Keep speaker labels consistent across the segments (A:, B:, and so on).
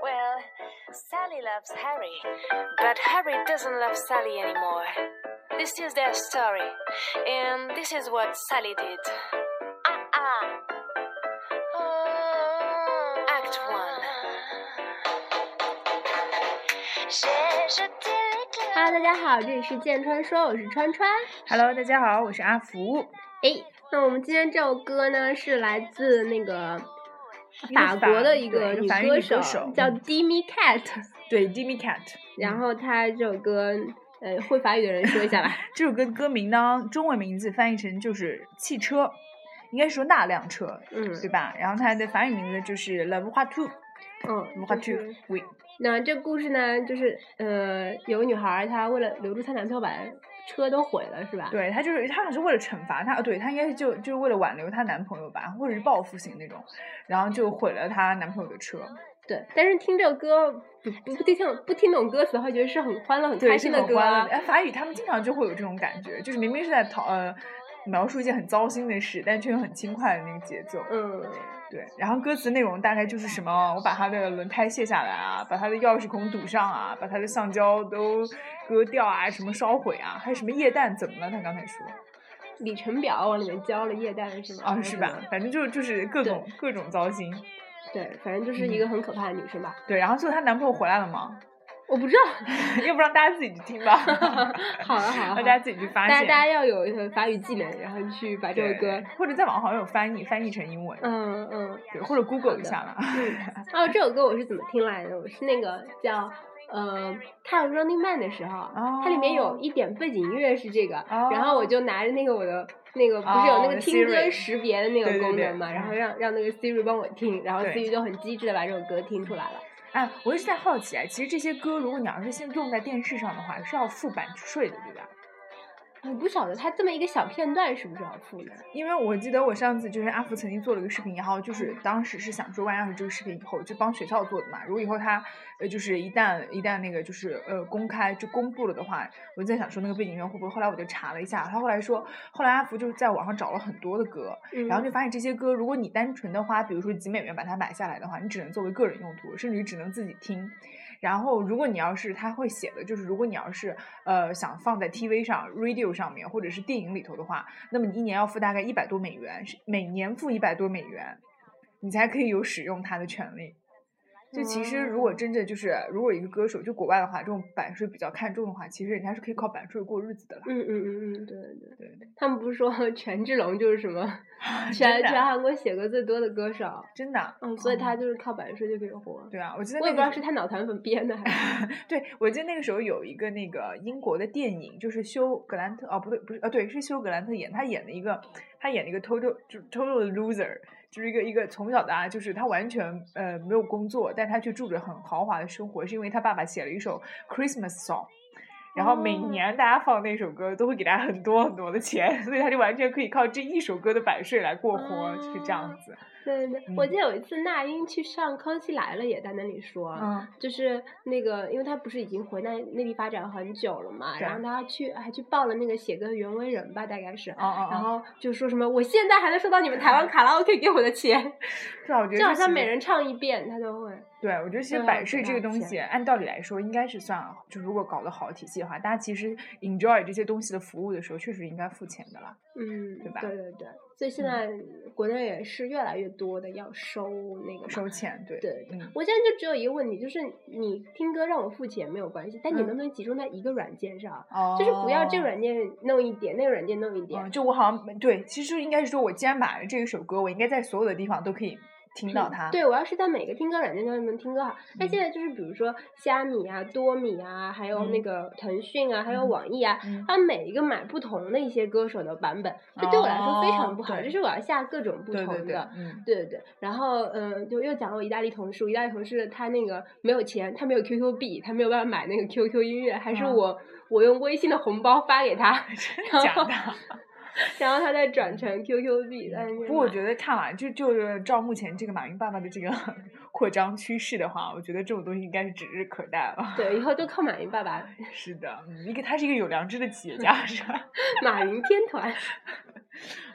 A: Well, Sally loves Harry, but Harry doesn't love Sally anymore. This is their story, and this is what Sally did. Ah,
B: Uh-uh.
A: ah. Act 1
B: Hello，大家好，这里是剑川说，我是川川。
C: Hello，大家好，我是阿福。
B: 诶，那我们今天这首歌呢，是来自那个法国的一个
C: 对
B: 女
C: 法语
B: 歌
C: 女
B: 手，
C: 歌手
B: 叫
C: 嗯
B: Demi Cat。
C: 对，Demi Cat 嗯
B: 然后她这首歌，呃，会法语的人说一 下吧。
C: 这首歌歌名呢，中文名字翻译成就是汽车，应该说那辆车，
B: 嗯
C: 对吧？然后它的法语名字就是 La v o i t u r
B: 嗯
C: l a v o i
B: 就
C: t u
B: 是
C: r 对，
B: 那这故事呢，就是呃，有个女孩儿她为了留住她男朋友，把车都毁了，是吧？。
C: 对，她就是她好像是为了惩罚她，哦对，她应该是就就是为了挽留她男朋友吧，或者是报复型那种，然后就毁了她男朋友的车，
B: 对，但是听这首歌不不不听不听懂歌词的话，觉得是很欢乐、很
C: 对，
B: 开
C: 是
B: 心的
C: 很
B: 歌
C: 欢
B: 啊
C: 乐的。哎，法语他们经常就会有这种感觉，就是明明是在讨呃描述一件很糟心的事，但却又很轻快的那个节奏。
B: 嗯，
C: 对，然后歌词内容大概就是什么，我把他的轮胎卸下来啊，把他的钥匙孔堵上啊，把他的橡胶都割掉啊，什么烧毁啊，还有什么液氮怎么了？他刚才说
B: 里程表往里面交了液氮是吗？
C: 啊，是吧？反正就就是各种各种糟心。
B: 对，反正
C: 嗯
B: 就是一个很可怕的女生吧。
C: 对，然后最后她男朋友回来了吗？
B: 我不知道，
C: 要不让大家自己去听吧，
B: 好了好了，
C: 让大
B: 好
C: 家
B: 了
C: 自己去发
B: 大家
C: 现。
B: 大家要有呃法语技能，然后去把这
C: 对
B: 首歌，，
C: 或者在网上有翻译，翻译成英文，
B: 嗯嗯，
C: 对，或者 Google 一下嘛。
B: 还有这首歌我是怎么听来的？我是那个叫呃，看《Running Man》的时候，它里面有
C: 哦
B: 一点背景音乐是这个，
C: 哦
B: 然后我就拿着那个我的。那个不是有那
C: 哦
B: 个
C: ，Siri
B: 听歌识别的那个
C: 对对
B: 功
C: 对
B: 能嘛，然后
C: 嗯
B: 让让那个 Siri 帮我听，然后
C: 对
B: Siri 就很机智的把这首歌听出来了。
C: 哎，我一直在好奇啊，其实这些歌，如果你要是先用在电视上的话，是要付版税的，对吧？
B: 我不晓得它这么一个小片段是不是要付的？
C: 因为我记得我上次就是阿福曾经做了一个视频，然后就是当时是想说，万要是这个视频以后就帮学校做的嘛，如果以后他呃就是一旦一旦那个就是呃公开就公布了的话，我就在想说那个背景音乐会不会？后来我就查了一下，他后来说，后来阿福就是在网上找了很多的歌，
B: 嗯
C: 然后就发现这些歌，如果你单纯的花，比如说几美元把它买下来的话，你只能作为个人用途，甚至于只能自己听。然后，如果你要是他会写的，就是如果你要是呃想放在 TV 上、radio 上面，或者是电影里头的话，那么你一年要付大概一百多美元，是每年付一百多美元，你才可以有使用它的权利。就其实，
B: 哦
C: 如果真正就是如果一个歌手就国外的话，这种版税比较看重的话，其实人家是可以靠版税过日子的啦。
B: 嗯嗯嗯嗯，对对
C: 对对，
B: 他们不是说 权志龙就是什啊么全
C: 真的
B: 全韩国写歌最多的歌手，
C: 真的。
B: 嗯，所以他
C: 嗯
B: 就是靠版税就可以火。
C: 对啊，我记得
B: 我
C: 那
B: 也不知
C: 个
B: 道是他脑残粉编的还是
C: 对，我记得那个时候有一个那个英国的电影，就是休格兰特哦，不对，不是啊，对，是休格兰特演，他演的一个，他演了一个 total 就是 total loser，就是一个一个从小到大就是他完全呃没有工作，但他却住着很豪华的生活，是因为他爸爸写了一首 Christmas song。然后每
B: 哦
C: 年大家放那首歌都会给他很多很多的钱，所以他就完全可以靠这一首歌的版税来过活，就是这
B: 哦
C: 样子。
B: 对对对，我
C: 嗯
B: 记得有一次那英去上《康熙来了》也在那里说，
C: 嗯，
B: 就是那个，因为她不是已经回那内地发展很久了嘛，
C: 对
B: 然后她去还去报了那个写歌的袁惟仁吧，大概是，
C: 啊哦哦
B: 然
C: 哦，
B: 后就说什么我现在还能收到你们台湾卡拉 OK 给我的钱，
C: 对啊，我觉得
B: 就好
C: 这
B: 像
C: 其
B: 每
C: 实
B: 人唱一遍，她都会。
C: 对，我觉得
B: 都
C: 其实
B: 要给
C: 版税这
B: 大
C: 个
B: 家
C: 东
B: 钱
C: 西，按道理来说应该是算，就如果搞得好体系的话，大家其实 enjoy 这些东西的服务的时候，确实应该付钱的啦。
B: 嗯，
C: 对吧嗯
B: 对对对，所以现在国内也是越来越多的要收那个嘛
C: 收钱，对，
B: 对对
C: 嗯，
B: 我现在就只有一个问题，就是你听歌让我付钱没有关系，但你
C: 嗯
B: 能不能集中在一个软件上？
C: 哦
B: 就是不要这个。软件弄一点，那个软件弄一点。
C: 嗯，就我好像没对，其实应该是说，我既然买了这个首歌，我应该在所有的地方都可以听到
B: 嗯
C: 它。
B: 对，我要是在每个听歌软件上面能听歌好，但
C: 嗯
B: 现在就是比如说虾米啊、多米啊，还有那
C: 嗯
B: 个腾讯啊，还有
C: 嗯
B: 网易啊，
C: 嗯，
B: 它每一个买不同的一些歌手的版本，这对我来说非常
C: 哦
B: 不好，
C: 对
B: 就是我要下各种不
C: 对对
B: 同
C: 对
B: 的。，
C: 嗯，
B: 对对对，然后嗯，就又讲了我意大利同事，我意大利同事他那个没有钱，他没有 QQ 币，他没有办法买那个 QQ 音乐，还是
C: 嗯
B: 我、我用微信的红包发给他，
C: 真
B: 然
C: 假
B: 后
C: 的？
B: 然后他再转成 QQ 币在那边买。
C: 嗯不过我觉得看完就就是照目前这个马云爸爸的这个 扩张趋势的话，我觉得这种东西应该是指日可待了。
B: 对，以后都靠马云爸爸，
C: 是的，嗯，一个他是一个有良知的企业家，是吧？
B: 马云天团。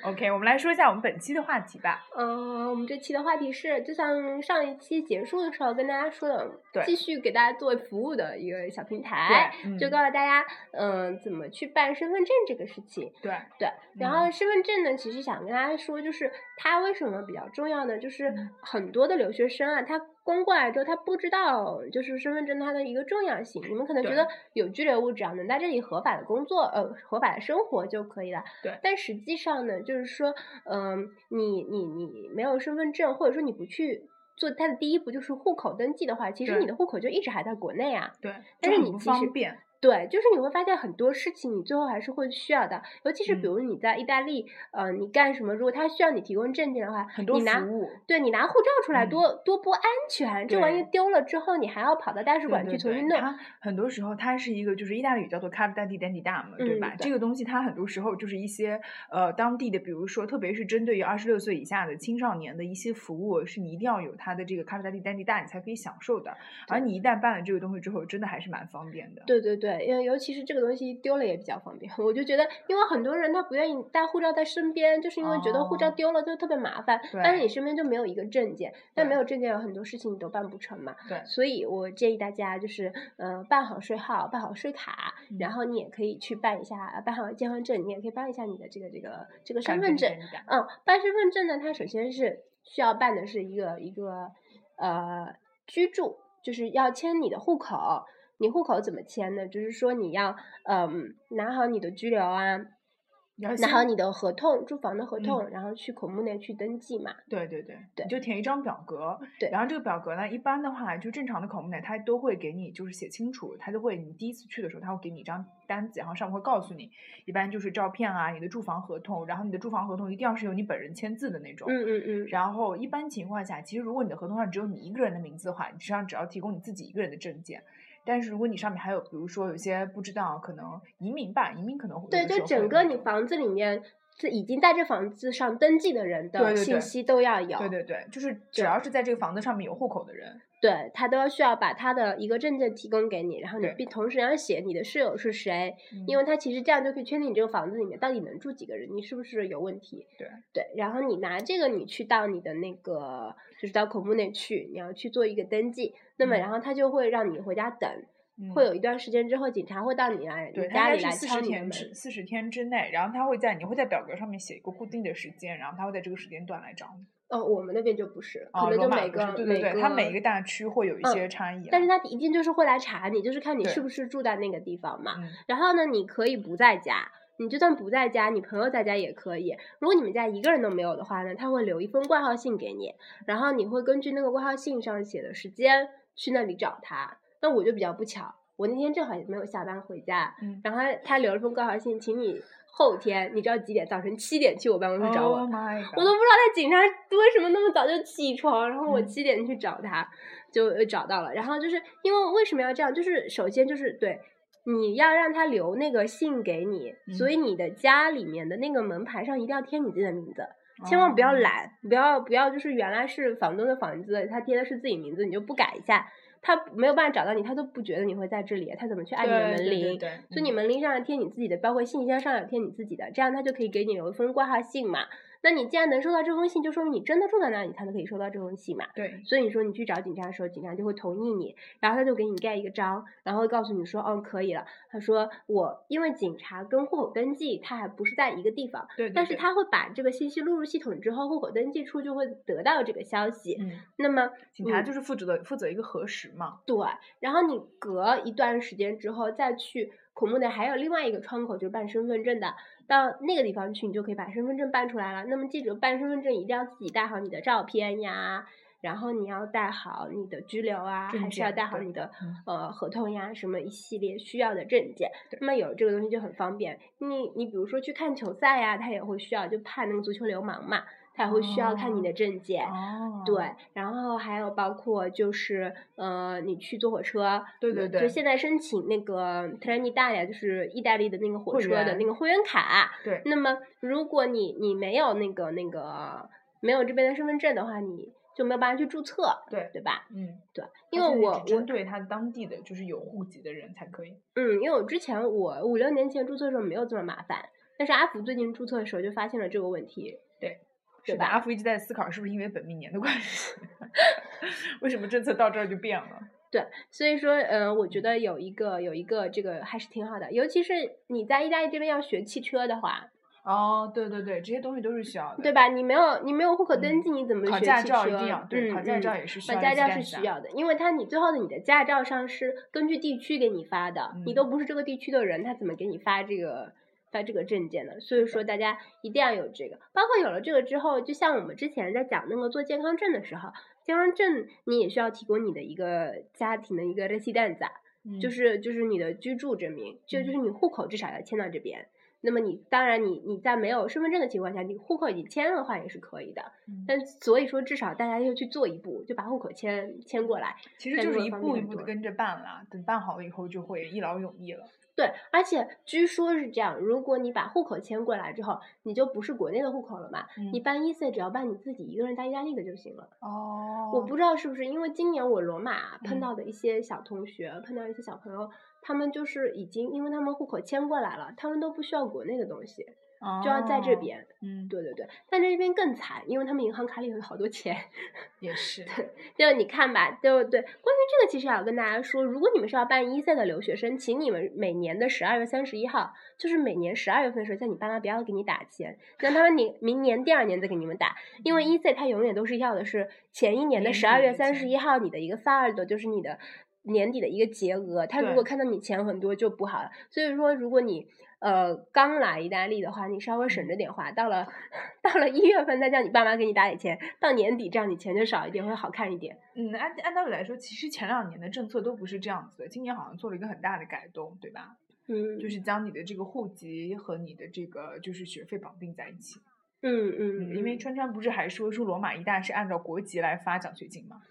C: OK，我们来说一下我们本期的话题吧。
B: 嗯，我们这期的话题是，就像上一期结束的时候跟大家说的
C: 对，
B: 继续给大家作为服务的一个小平台，
C: 对嗯
B: 就告诉大家，嗯、怎么去办身份证这个事情。
C: 对，
B: 对，然
C: 嗯
B: 后身份证呢，其实想跟大家说，就是它为什么比较重要呢？就是
C: 嗯
B: 很多的留学生啊，他刚过来之后，他不知道就是身份证它的一个重要性。你们可能觉
C: 对
B: 得有居留，我只要能在这里合法的工作，呃，合法的生活就可以了。
C: 对
B: 但实际上呢，就是说，嗯、你你你没有身份证，或者说你不去。做它的第一步就是户口登记的话，其实
C: 对
B: 你的户口就一直还在国内啊。
C: 对，
B: 但
C: 就是很
B: 你
C: 不
B: 其实
C: 方便。
B: 对，就是你会发现很多事情，你最后还是会需要的。尤其是比
C: 嗯
B: 如你在意大利，呃，你干什么，如果他需要你提供证件的话，
C: 很多
B: 你拿
C: 服务，
B: 对你拿护照出来
C: 嗯
B: 多、多不安全，这玩意
C: 对
B: 丢了之后，你还要跑到大使
C: 对
B: 馆
C: 对
B: 去重
C: 对
B: 新弄。
C: 它很多时候它是一个，就是意大利语叫做 carta d identità 嘛，
B: 嗯
C: 对吧？
B: 对
C: 这个东西它很多时候就是一些呃当地的，比如说特别是针对于二十六岁以下的青少年的一些服务，是你一定要有它的这个 carta d identità 你才可以享受的。而你一旦办了这个东西之后，真的还是蛮方便的。
B: 对对对，因为尤其是这个东西丢了也比较方便， 我就觉得，因为很多人他不愿意带护照在身边，就是因为觉得护照
C: 哦
B: 丢了就特别麻烦，但是
C: 对
B: 你身边就没有一个证件，但没
C: 对
B: 有证件有很多事情你都办不成嘛。
C: 对
B: 所以我建议大家就是，呃，办好税号，办好税卡，然
C: 嗯
B: 后你也可以去办一下，呃办好健康证，你也可以办一下你的这个这个这个
C: carta
B: 身份
C: di
B: 证。
C: identità
B: 嗯，办身份证呢，它首先是需要办的是一个一个呃居住，就是要迁你的户口。你户口怎么迁呢？就是说你要嗯拿好你的居留啊，
C: 你要
B: 拿好
C: 先
B: 你的合同，住房的合
C: 嗯
B: 同，然后去孔木内去登记嘛。
C: 对对对，
B: 对嗯
C: 你就填一张表格，
B: 对
C: 然后这个表格呢，一般的话，就正常的口木奶，它都会给你就是写清楚，它都会你第一次去的时候，它会给你一张单子，然后上面会告诉你，一般就是照片啊，你的住房合同，然后你的住房合同一定要是由你本人签字的那种。
B: 嗯嗯嗯，
C: 哦然后一般情况下，其实如果你的合同上只有你一个人的名字的话，你实际上只要提供你自己一个人的证件。但是如果你上面还有，比如说有些不知道，可能移民吧，移民可能会
B: 对，
C: 有的时
B: 就整
C: 候会有
B: 个
C: 那
B: 你
C: 种
B: 房子里面是已经在这房子上登记的人
C: 对
B: 的
C: 对对
B: 信息都要有，
C: 对对对，就是只
B: 对
C: 要是在这个房子上面有户口的人，
B: 对他都要需要把他的一个证件提供给你，然后你
C: 对
B: 并同时要写你的室友是谁，
C: 嗯
B: 因为它其实这样就可以确定你这个房子里面到底能住几个人，你是不是有问题？
C: 对
B: 对，然后你拿这个你去到你的那个就是到口木内去，你要去做一个登记，那么
C: 嗯
B: 然后他就会让你回家等，会有一段时间之后警察会到你来
C: 对，
B: 你
C: 它
B: 家
C: 应
B: 里
C: 该
B: 来
C: 是四十
B: 敲你的
C: 天
B: 门。
C: 之四十天之内，然后它会在你会在表格上面写一个固定的时间，然后它会在这个时间段来找你。
B: 哦，我们那边就不是，
C: 啊，
B: 可能
C: 罗
B: 就
C: 马
B: 每
C: 不是
B: 个
C: 对对对，它每一个大区会有一
B: 嗯
C: 些差异啊。
B: 但是他一定就是会来查你，就是看你
C: 对
B: 是不是住在那个地方嘛。
C: 嗯，
B: 然后呢，你可以不在家，你就算不在家，你朋友在家也可以。如果你们家一个人都没有的话呢，他会留一封挂号信给你，然后你会根据那个挂号信上写的时间去那里找他。那我就比较不巧，我那天正好也没有下班回家，
C: 嗯
B: 然后他他留了封挂号信，请你后天，你知道几点？早晨七点去我办公室找我。
C: Oh my
B: 哦我都不知道
C: god
B: 他警察为什么那么早就起床，然后我
C: 嗯
B: 七点去找他，就呃找到了。然后就是因为为什么要这样？就是首先就是对，你要让他留那个信给你，所以
C: 嗯
B: 你的家里面的那个门牌上一定要贴你自己的名字，千万不要
C: 哦
B: 懒，不要不要就是原来是房东的房子，他贴的是自己名字，你就不改一下，他没有办法找到你，他都不觉得你会在这里，他怎么去按你的
C: 对
B: 门
C: 对对
B: 铃？
C: 对
B: 所以你
C: 嗯
B: 门铃上要贴你自己的，包括信箱上要贴你自己的，这样他就可以给你留一封挂号信嘛。那你既然能收到这封信，就说明你真的住在那里，才能可以收到这封信嘛。
C: 对
B: 所以你说你去找警察的时候，警察就会同意你，然后他就给你盖一个章，然后会告诉你说，嗯，可以了。他说我因为警察跟户口登记他还不是在一个地方，
C: 对，对
B: 但是
C: 对
B: 他会把这个信息录入系统之后，户口登记处就会得到这个消息。
C: 嗯，
B: 那么
C: 警察
B: 嗯
C: 就是负责的负责一个核实嘛。
B: 对，然后你隔一段时间之后再去孔木内还有另外一个窗口，就是办身份证的，到那个地方去，你就可以把身份证办出来了。那么记住，办身份证一定要自己带好你的照片呀，然后你要带好你的居留啊，
C: 证
B: 还是要
C: 件
B: 带好
C: 对
B: 你的
C: 嗯
B: 呃合同呀，什么一系列需要的证件。
C: 对
B: 那么有这个东西就很方便。你你比如说去看球赛呀，他也会需要，就判那个足球流氓嘛，他也会需要看你的
C: 哦
B: 证件。
C: 哦，
B: 对，然后还有包括就是呃，你去坐火车，
C: 对对
B: 呃
C: 对
B: 就现在申请那个 t r a n i t a l i 就是意大利的那个火
C: 会
B: 车的
C: 员
B: 那个会员卡。
C: 对
B: 那么如果你你没有那个那个没有这边的身份证的话，你就没有办法去注册，
C: 对，
B: 对吧？
C: 嗯，
B: 对，
C: 它
B: 因为
C: 现在
B: 我
C: 只
B: 我
C: 针对他当地的就是有户籍的人才可以。
B: 嗯，因为我之前我五六年前注册的时候没有这么麻烦，但是阿福最近注册的时候就发现了这个问题，对，对
C: 是的，
B: 吧？
C: 阿福一直在思考是不是因为本命年的关系， 为什么政策到这儿就变了？
B: 对，所以说，呃，我觉得有一个有一个这个还是挺好的，尤其是你在意大利这边要学汽车的话，
C: 哦，对对对，这些东西都是需要的。
B: 对吧？你没有你没有户口登
C: 嗯
B: 记，你怎么学
C: 考
B: 汽车？
C: 驾照一定要对，考驾
B: 嗯
C: 照
B: 嗯
C: 也是需
B: 考
C: 要
B: 驾
C: 一级
B: 照
C: 干
B: 是
C: 驾
B: 需要的，因为它你最后的你的驾照上是根据地区给你发的，你
C: 嗯
B: 都不是这个地区的人，他怎么给你发这个发这个证件呢？所以说大家一定要有这个，包括有了这个之后，就像我们之前在讲那个做健康证的时候，健康证你也需要提供你的一个家庭的一个啊 residenza，、
C: 嗯
B: 就是就是你的居住证明，这就是你户口至少要迁到这边。那么你当然你你在没有身份证的情况下，你户口已经迁了的话也是可以的。
C: 嗯
B: 但所以说，至少大家要去做一步，就把户口迁迁过来。
C: 其实
B: 在
C: 就
B: 这
C: 是
B: 个
C: 一
B: 方
C: 步
B: 面
C: 一
B: 很
C: 步的
B: 多
C: 跟着办啦，等办好了以后就会一劳永逸了。
B: 对，而且据说是这样，如果你把户口迁过来之后，你就不是国内的户口了嘛。你
C: 嗯
B: 办 e c 只要办你自己一个人在意大利的就行了。
C: 哦，
B: 我不知道是不是因为今年我罗马啊碰
C: 嗯
B: 到的一些小同学，碰到一些小朋友，他们就是已经因为他们户口迁过来了，他们都不需要国内的东西，就要在这
C: 哦，
B: 边。
C: 嗯，
B: 对对对，但这边更惨，因为他们银行卡里有好多钱。
C: 也是，
B: 就你看吧，就对。关于这个，其实也要跟大家说，如果你们是要办一赛的留学生，请你们每年的十二月三十一号，就是每年十二月份的时候，叫你爸妈不要给你打钱，让他们你明年第二年再给你们打，因
C: 嗯
B: 为一赛它永远都是要的是前一年的
C: 年底
B: 十二月
C: 的
B: 三
C: 钱
B: 十一号你的一个 saldo，就是你的年底的一个结额。他如果
C: 对
B: 看到你钱很多就不好了，所以说如果你。呃，刚来意大利的话，你稍微
C: 嗯
B: 省着点花，到了 到了一月份再叫你爸妈给你打点钱，到年底这样你钱就少一点，会好看一点。
C: 嗯，按按道理来说，其实前两年的政策都不是这样子的，今年好像做了一个很大的改动，对吧？
B: 嗯，
C: 就是将你的这个户籍和你的这个就是学费绑定在一起。
B: 嗯
C: 嗯，
B: 嗯，
C: 因为
B: 嗯
C: 川川不是还说说罗马一大是按照国籍来发奖学金吗？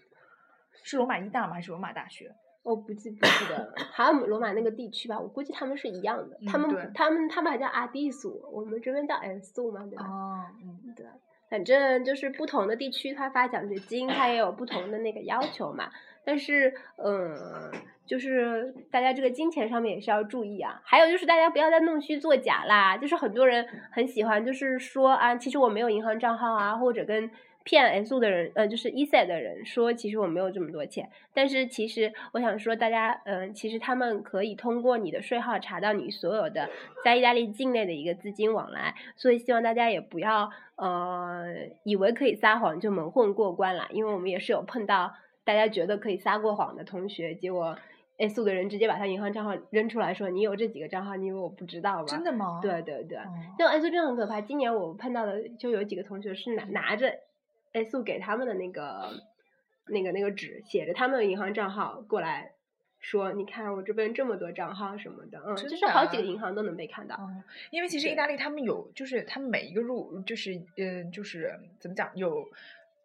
C: 是罗马一大吗？还是罗马大学？
B: 我哦不记不记得了，还有罗马那个地区吧，我估计他们是一样的，他
C: 嗯
B: 们
C: 对
B: 不他们他们还叫阿地苏，我们这边叫 L 苏嘛，对吧？
C: 哦，嗯，
B: 对，反正就是不同的地区，它发奖学金，它也有不同的那个要求嘛。但是，嗯，就是大家这个金钱上面也是要注意啊。还有就是大家不要再弄虚作假啦，就是很多人很喜欢就是说啊，其实我没有银行账号啊，或者跟。骗 S 的人，呃，就是 E C 的人说，其实我没有这么多钱，但是其实我想说，大家，嗯、其实他们可以通过你的税号查到你所有的在意大利境内的一个资金往来，所以希望大家也不要呃以为可以撒谎就蒙混过关啦，因为我们也是有碰到大家觉得可以撒过谎的同学，结果 A 宿的人直接把他银行账号扔出来说你有这几个账号，你以为我不知道吗？
C: 真的吗？
B: 对对对，
C: 哦。
B: 就 A 宿真的很可怕。今年我碰到的就有几个同学是拿拿着 A 宿给他们的那个那个那个纸，写着他们的银行账号过来。说，你看我这边这么多账号什么的，嗯，
C: 真
B: 就是
C: 的
B: 好几个
C: 啊
B: 银行都能被看到。
C: 哦，因为其实意
B: 对
C: 大利他们有，就是他们每一个入，就是嗯、就是怎么讲，有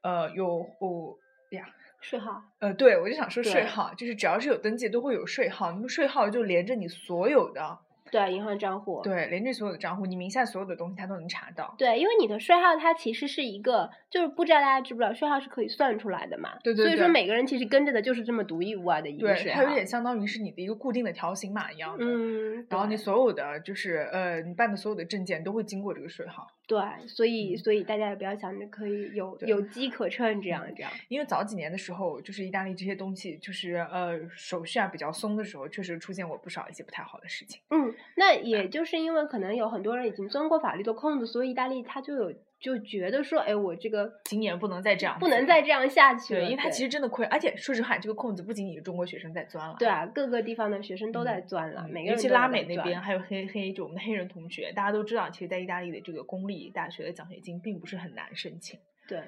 C: 呃有哦呀，
B: 税号，
C: 呃，对我就想说税
B: 对
C: 号，就是只要是有登记都会有税号，那么税号就连着你所有的，
B: 对，银行账户，
C: 对，连着所有的账户，你名下所有的东西它都能查到。
B: 对，因为你的税号它其实是一个，就是不知道大家知不知道，税号是可以算出来的嘛。
C: 对对
B: 所以说
C: 对
B: 每个人其实跟着的就是这么独一无二的一个
C: 对，
B: 税
C: 它
B: 号。
C: 有点相当于是你的一个固定的条形码一样的。
B: 嗯，
C: 然后你
B: 对
C: 所有的就是呃，你办的所有的证件都会经过这个税号，
B: 对，所以
C: 嗯
B: 所以大家也不要想着可以有
C: 对嗯
B: 有机可乘这样这样。
C: 因为早几年的时候，就是意大利这些东西就是呃手续啊比较松的时候，确实出现过不少一些不太好的事情。
B: 嗯，那也就是因为可能有很多人已经钻过法律的空子，所以意大利他就有就觉得说，哎，我这个
C: 今年不能再这样
B: 不
C: 子
B: 能
C: 了
B: 再这样下去了。
C: 对，因为它
B: 对
C: 其实真的亏，而且说实话，这个空子不仅仅是中国学生在钻了，
B: 对啊，各个地方的学生都在
C: 嗯
B: 钻了，
C: 嗯
B: 每个
C: 尤
B: 人
C: 其
B: 都有
C: 拉
B: 在
C: 美那
B: 钻
C: 边还有黑黑，就我们的黑人同学，大家都知道，其实，在意大利的这个公立大学的奖学金并不是很难申请。
B: 对，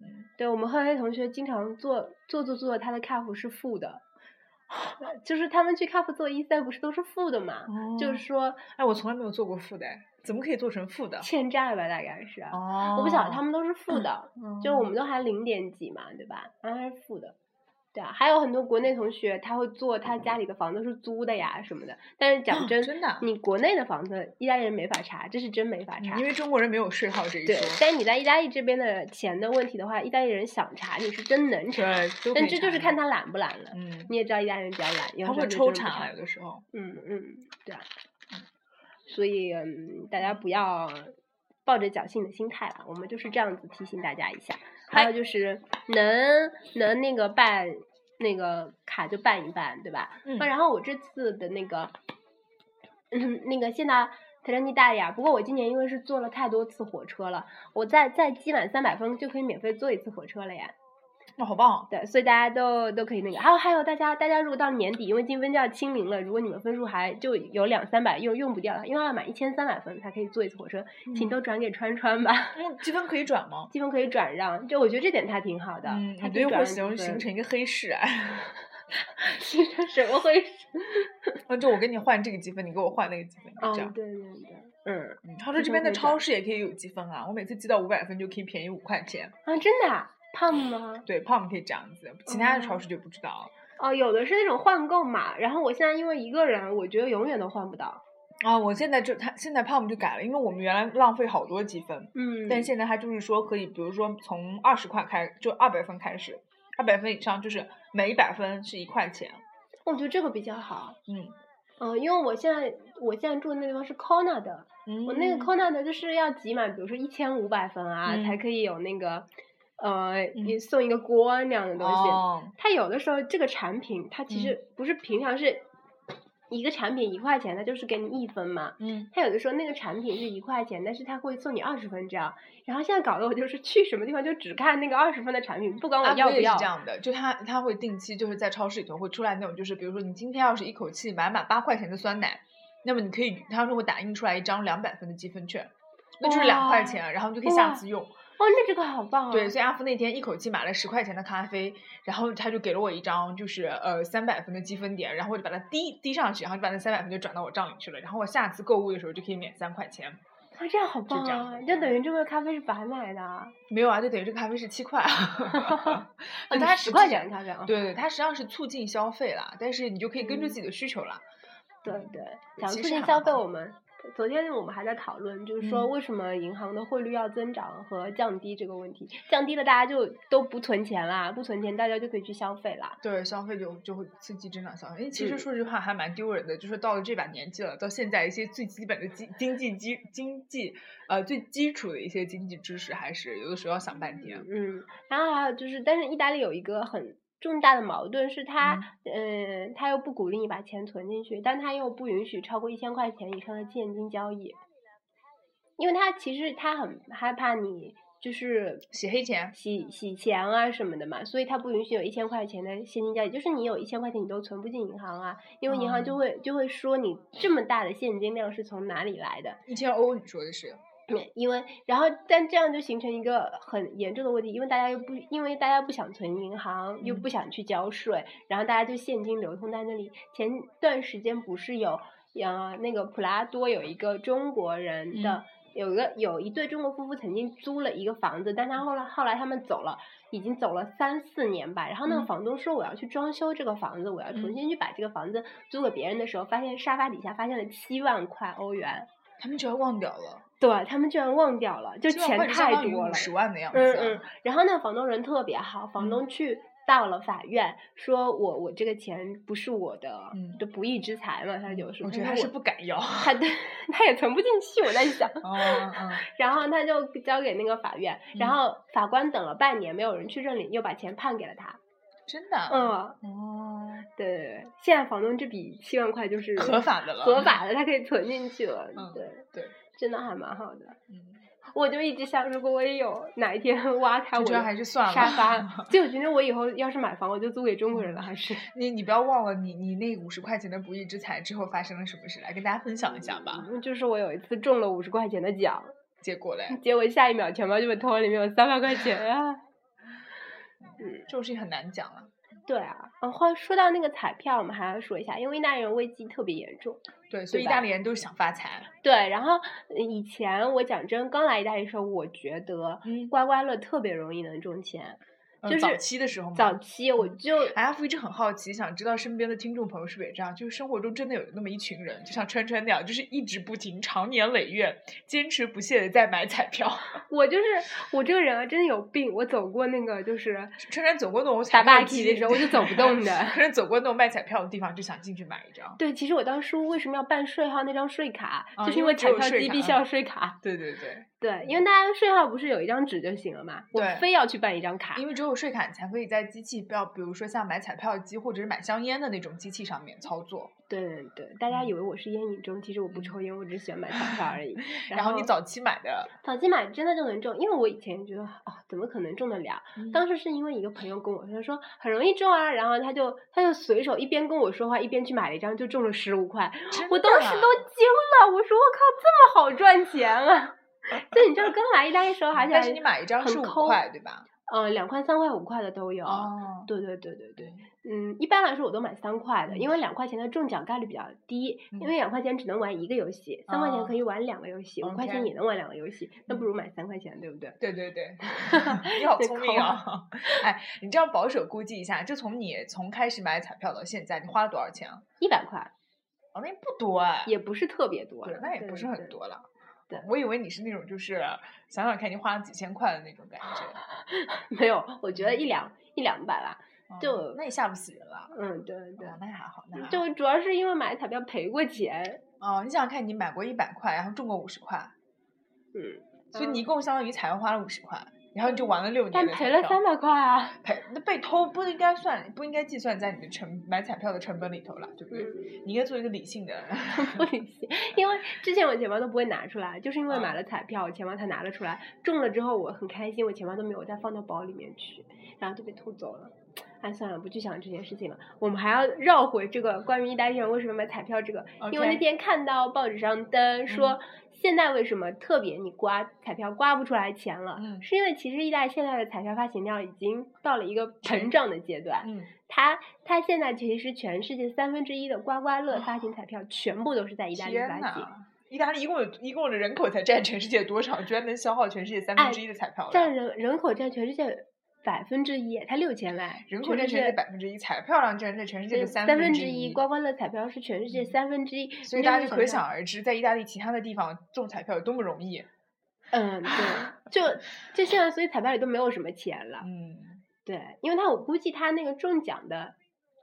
C: 嗯
B: 对我们赫黑同学经常做做做做，他的 CAF 是负 的，就是他们去 CAF 做一三不是都是负的嘛？就是说
C: 哎，我从来没有做过负的，哎怎么可以做成负 的？
B: 欠债吧，大概是。啊
C: 哦
B: 我不晓得他们都是负的，
C: 们
B: 就是我们都还零点几嘛，对吧？然后还是负的。对啊，还有很多国内同学他会做他家里的房子是租的呀什么的，但是讲
C: 哦
B: 真，
C: 真的啊
B: 你国内的房子意大利人没法查，这是真没法查，
C: 嗯因为中国人没有税号这一说
B: 对，，但是你在意大利这边的钱的问题的话，意大利人想查你是真能查，
C: 对，都可
B: 但
C: 以
B: 这就
C: 查
B: 是
C: 的
B: 看他懒不懒了。
C: 嗯，
B: 你也知道意大利人比较懒，有
C: 他
B: 时
C: 会
B: 候就
C: 抽
B: 真的不
C: 查有的时候。
B: 嗯嗯，对啊，所以、嗯、大家不要抱着侥幸的心态吧，我们就是这样子提醒大家一下。还有就是能能那个办那个卡就办一办，对吧？
C: 嗯
B: 那然后我这次的那个，嗯，那个现在特兰蒂大呀，不过我今年因为是坐了太多次火车了，我再再积满三百分就可以免费坐一次火车了呀。
C: 哇，好棒！
B: 对，所以大家都都可以那个。还有还有，大家大家如果到年底，因为积分就要清零了，如果你们分数还就有两三百用用不掉了，因为要满一千三百分才可以坐一次火车，请
C: 嗯
B: 都转给川川吧，
C: 嗯，积分可以转吗？
B: 积分可以转让。就我觉得这点他挺好的，
C: 嗯，
B: 他
C: 我
B: 可
C: 觉
B: 以
C: 得
B: 转
C: 会
B: 让
C: 形
B: 积
C: 形
B: 分
C: 成一个黑市啊！
B: 形成什么回事？
C: 啊就我跟你换这个积分，你给我换那个积分，就
B: 哦
C: 这样，。
B: 对对对，嗯
C: 嗯，他说
B: 积
C: 这
B: 分
C: 边的
B: 会
C: 超
B: 转
C: 市也可以有积分啊，我每次积到五百分就可以便宜五块钱。
B: 啊，真的、啊、胖吗？
C: 对，胖可以这样子，其他的超
B: 哦
C: 市就不知道了。
B: 哦，有的是那种换购码，然后我现在因为一个人，我觉得永远都换不到。
C: 啊，我现在就他现在胖不就改了，因为我们原来浪费好多积分，
B: 嗯，
C: 但现在他就是说可以，比如说从二十块开，就二百分开始，二百分以上就是每一百分是一块钱。
B: 我觉得这个比较好。
C: 嗯，
B: 嗯、因为我现在我现在住的那地方是 Kona 的，
C: 嗯
B: 我那个 Kona 的就是要集满，比如说一千五百分啊，
C: 嗯
B: 才可以有那个呃、
C: 嗯
B: 也送一个锅那样的东西。
C: 哦，嗯
B: 它有的时候这个产品它其实不是平常是一个产品一块钱，它就是给你一分嘛。
C: 嗯，
B: 它有的时候那个产品是一块钱，但是它会送你二十分这样。然后现在搞得我就是去什么地方就只看那个二十分的产品，不管
C: 啊
B: 我要
C: 也
B: 不要。
C: 是这样的，就他他会定期就是在超市里头会出来那种，就是比如说你今天要是一口气买满八块钱的酸奶，那么你可以他说会打印出来一张两百分的积分券，那就是两块
B: 哇
C: 钱，然后你就可以下
B: 哇
C: 次用。
B: 哦，那这个好棒啊！
C: 对，所以阿福那天一口气买了十块钱的咖啡，然后他就给了我一张就是呃三百分的积分点，然后我就把它滴滴上去，然后就把那三百分就转到我账里去了，然后我下次购物的时候就可以免三块钱。
B: 啊，这样好
C: 就
B: 棒
C: 这样嗯
B: 啊！
C: 子
B: 就等于这杯咖啡是白买的啊，
C: 没有啊，就等于这个咖啡是七块，
B: 啊，
C: 但它
B: 它
C: 实
B: 十
C: 际
B: 块钱
C: 上
B: 的咖啡啊。
C: 对对，它实际上是促进消费啦，但是你就可以根据
B: 嗯
C: 自己的需求啦。嗯
B: 对对，讲
C: 其
B: 促
C: 实
B: 进
C: 还
B: 消费，
C: 好
B: 我们昨天我们还在讨论，就是说
C: 嗯
B: 为什么银行的汇率要增长和降低这个问题。降低了，大家就都不存钱啦，不存钱，大家就可以去消费啦。
C: 对，消费就就会刺激增长消费。因为其实
B: 嗯
C: 说实话还蛮丢人的，就是到了这把年纪了，到现在一些最基本的经经济基经济呃最基础的一些经济知识，还是有的时候要想半天。
B: 嗯，然后还有就是，但是意大利有一个很重大的矛盾是它，嗯、它又不鼓励你把钱存进去，但它又不允许超过一千块钱以上的现金交易，因为它其实它很害怕你就是
C: 洗黑钱，
B: 洗洗钱啊什么的嘛，所以它不允许有一千块钱的现金交易，就是你有一千块钱你都存不进银行啊，因为银行就
C: 哦
B: 会就会说你这么大的现金量是从哪里来的，
C: 一千欧，你说的是？
B: 对因为，然后，但这样就形成一个很严重的问题，因为大家又不，因为大家不想存银行，又
C: 嗯
B: 不想去交税，然后大家就现金流通在那里。前段时间不是有，呃，那个普拉多有一个中国人
C: 嗯
B: 的，有一个有一对中国夫妇曾经租了一个房子，但他后来后来他们走了，已经走了三四年吧。然后那个
C: 嗯
B: 房东说我要去装修这个房子，我要重
C: 嗯
B: 新去把这个房子租给别人的时候，发现沙发底下发现了七万块欧元。
C: 他们居然忘掉了，
B: 对他们居然忘掉了，就
C: 这
B: 钱太多了。
C: 十万的样子。啊
B: 嗯嗯，然后那房东人特别好，房
C: 嗯
B: 东去到了法院，说我我这个钱不是我的，
C: 嗯
B: 就不义之财嘛，他就是。
C: 我觉得
B: 他
C: 他
B: 说
C: 是不敢要。
B: 他对他也存不进去，我在想。
C: 哦嗯
B: 然后他就交给那个法院，然
C: 嗯
B: 后法官等了半年没有人去认领，又把钱判给了他。
C: 真的啊。
B: 嗯，
C: 哦，
B: 对对对，现在房东这笔七万块就是
C: 合法的了。
B: 合。法的，他可以存进去了。
C: 嗯
B: 对
C: 对，
B: 真的还蛮好的。
C: 嗯，
B: 我就一直想，如果我也有哪一天 挖开
C: 就
B: 我
C: 觉
B: 的
C: 得还是算了。
B: 沙 发，就我觉得我以后要是买房，我就租给中国人了，还是
C: 你你不要忘了你你那五十块钱的不义之财之后发生了什么事，来跟大家分享一下吧。
B: 嗯就是我有一次中了五十块钱的奖，
C: 结果嘞，
B: 结果下一秒钱包就被偷了，里面有三百块钱啊！
C: 这种事情很难讲了。
B: 对啊，然后说到那个彩票，我们还要说一下，因为意大利人危机特别严重。
C: 对，所以意
B: 对吧
C: 大利人都是想发财。
B: 对，然后呃以前我讲真，刚来意大利的时候，我觉得
C: 嗯
B: 刮刮乐特别容易能中钱。
C: 嗯
B: 就是
C: 早期的时候嘛。嗯
B: 早期我就
C: ，F 一直很好奇，想知道身边的听众朋友是不是也这样，就是生活中真的有那么一群人，就像川川那样，就是一直不停、长年累月、坚持不懈的在买彩票。
B: 我就是我这个人啊，真的有病。我走过那个就是
C: 川川走过那种彩
B: 打
C: 票
B: 坝梯的时候，我就走不动的。
C: 川川走过那种卖彩票的地方，就想进去买一张。
B: 对，其实我当初为什么要办税号那张税卡，
C: 啊
B: 就是
C: 因
B: 因
C: 为
B: 为
C: 只
B: 彩
C: 有
B: 票
C: 税
B: 机
C: 卡啊
B: 必须要税卡。
C: 对对对，
B: 对，因为大家税号不是有一张纸就行了嘛，我
C: 对
B: 非要去办一张卡。
C: 因为只有税卡你才可以在机器，不要比如说像买彩票机或者是买香烟的那种机器上面操作。
B: 对对对，大
C: 嗯
B: 家以为我是烟瘾中，其实我不抽烟，我只喜欢买彩票 而已。
C: 然后你早期买的，
B: 早期买真的就能中，因为我以前觉得啊、怎么可能中得了？
C: 嗯
B: 当时是因为一个朋友跟我说，他说很容易中啊，然后他就他就随手一边跟我说话，一边去买了一张，就中了十五块，
C: 真
B: 我
C: 的
B: 当时
C: 啊
B: 都惊了，我说我靠，这么好赚钱啊！ 就你知道，刚来意大利的时候，而且
C: 嗯但
B: 还
C: 是你买一张
B: 很
C: 是五
B: 抠
C: 块，对吧？
B: 呃两块、三块、五块的都有。
C: 哦，
B: 对对对对对，嗯，一般来说我都买三块的，
C: 嗯
B: 因为两块钱的中奖概率比较低，因
C: 嗯哦
B: 为两块钱只能玩一个游戏，三块钱可以玩两个游戏，五块钱
C: OK
B: 也能玩两个游戏，那
C: 嗯
B: 不如买三块钱，对不对？
C: 对 对对，你好
B: 这
C: 聪
B: 抠
C: 明啊！ 哎，你这样保守估计一下，就从你从开始买彩票到现在，你花了多少钱啊？
B: 一百块
C: 哦，那也不多哎，
B: 也不是特别多
C: 对
B: 了，，
C: 那也
B: 对
C: 不是
B: 对
C: 很多了。
B: 对
C: 我以为你是那种就是想想看，你花了几千块的那种感觉，
B: 没有，我觉得
C: 嗯
B: 一两一两百吧，
C: 哦
B: 就
C: 那也吓不死人了。
B: 嗯，对对
C: 哦，那还好，那还好。
B: 就主要是因为买彩票赔过钱，
C: 哦，你想想看，你买过一百块，然后中过五十块，
B: 嗯，
C: 所以
B: 嗯
C: 你一共相当于才花了五十块，然后你就玩了六年
B: 但
C: 的彩
B: 赔
C: 票，
B: 了三百块啊，
C: 赔那被偷不应该算，不应该计算在你的成买彩票的成本里头了，对不对？
B: 嗯，
C: 你应该做一个理性的人。
B: 不理性，因为之前我钱包都不会拿出来，就是因为买
C: 嗯
B: 了彩票，我钱包才拿了出来，中了之后我很开心，我钱包都没有再放到包里面去，然后就被偷走了。哎，算了，不去想这件事情了。我们还要绕回这个关于意大利人为什么买彩票这个 因为那
C: OK 嗯
B: 天看到报纸上登说，现在为什么特别你刮彩票刮不出来钱了，
C: 嗯
B: 是因为其实意大利现在的彩票发行量已经到了一个膨胀的阶段，
C: 嗯，
B: 它它现在其实全世界三分之一的刮刮乐发行彩票全部都是在意大利
C: 天
B: 发行，
C: 呐，意大利一共有一共的人口才占全世界多少？居然能消耗全世界三分之一的彩票
B: 占
C: 量，
B: 人人口占全世界百分之一，才六千万，
C: 人口占全世界百分之一，彩票量占在全世界的
B: 三
C: 分
B: 之
C: 一。
B: 刮刮乐彩票是全世界
C: 嗯
B: 三分之一，
C: 所以
B: 你
C: 大
B: 能
C: 家就可想
B: 象。
C: 而知，在意大利其他的地方中彩票有多么容易。
B: 嗯，对， 就就现在，所以彩票里都没有什么钱了。
C: 嗯，
B: 对，因为他我估计他那个中奖的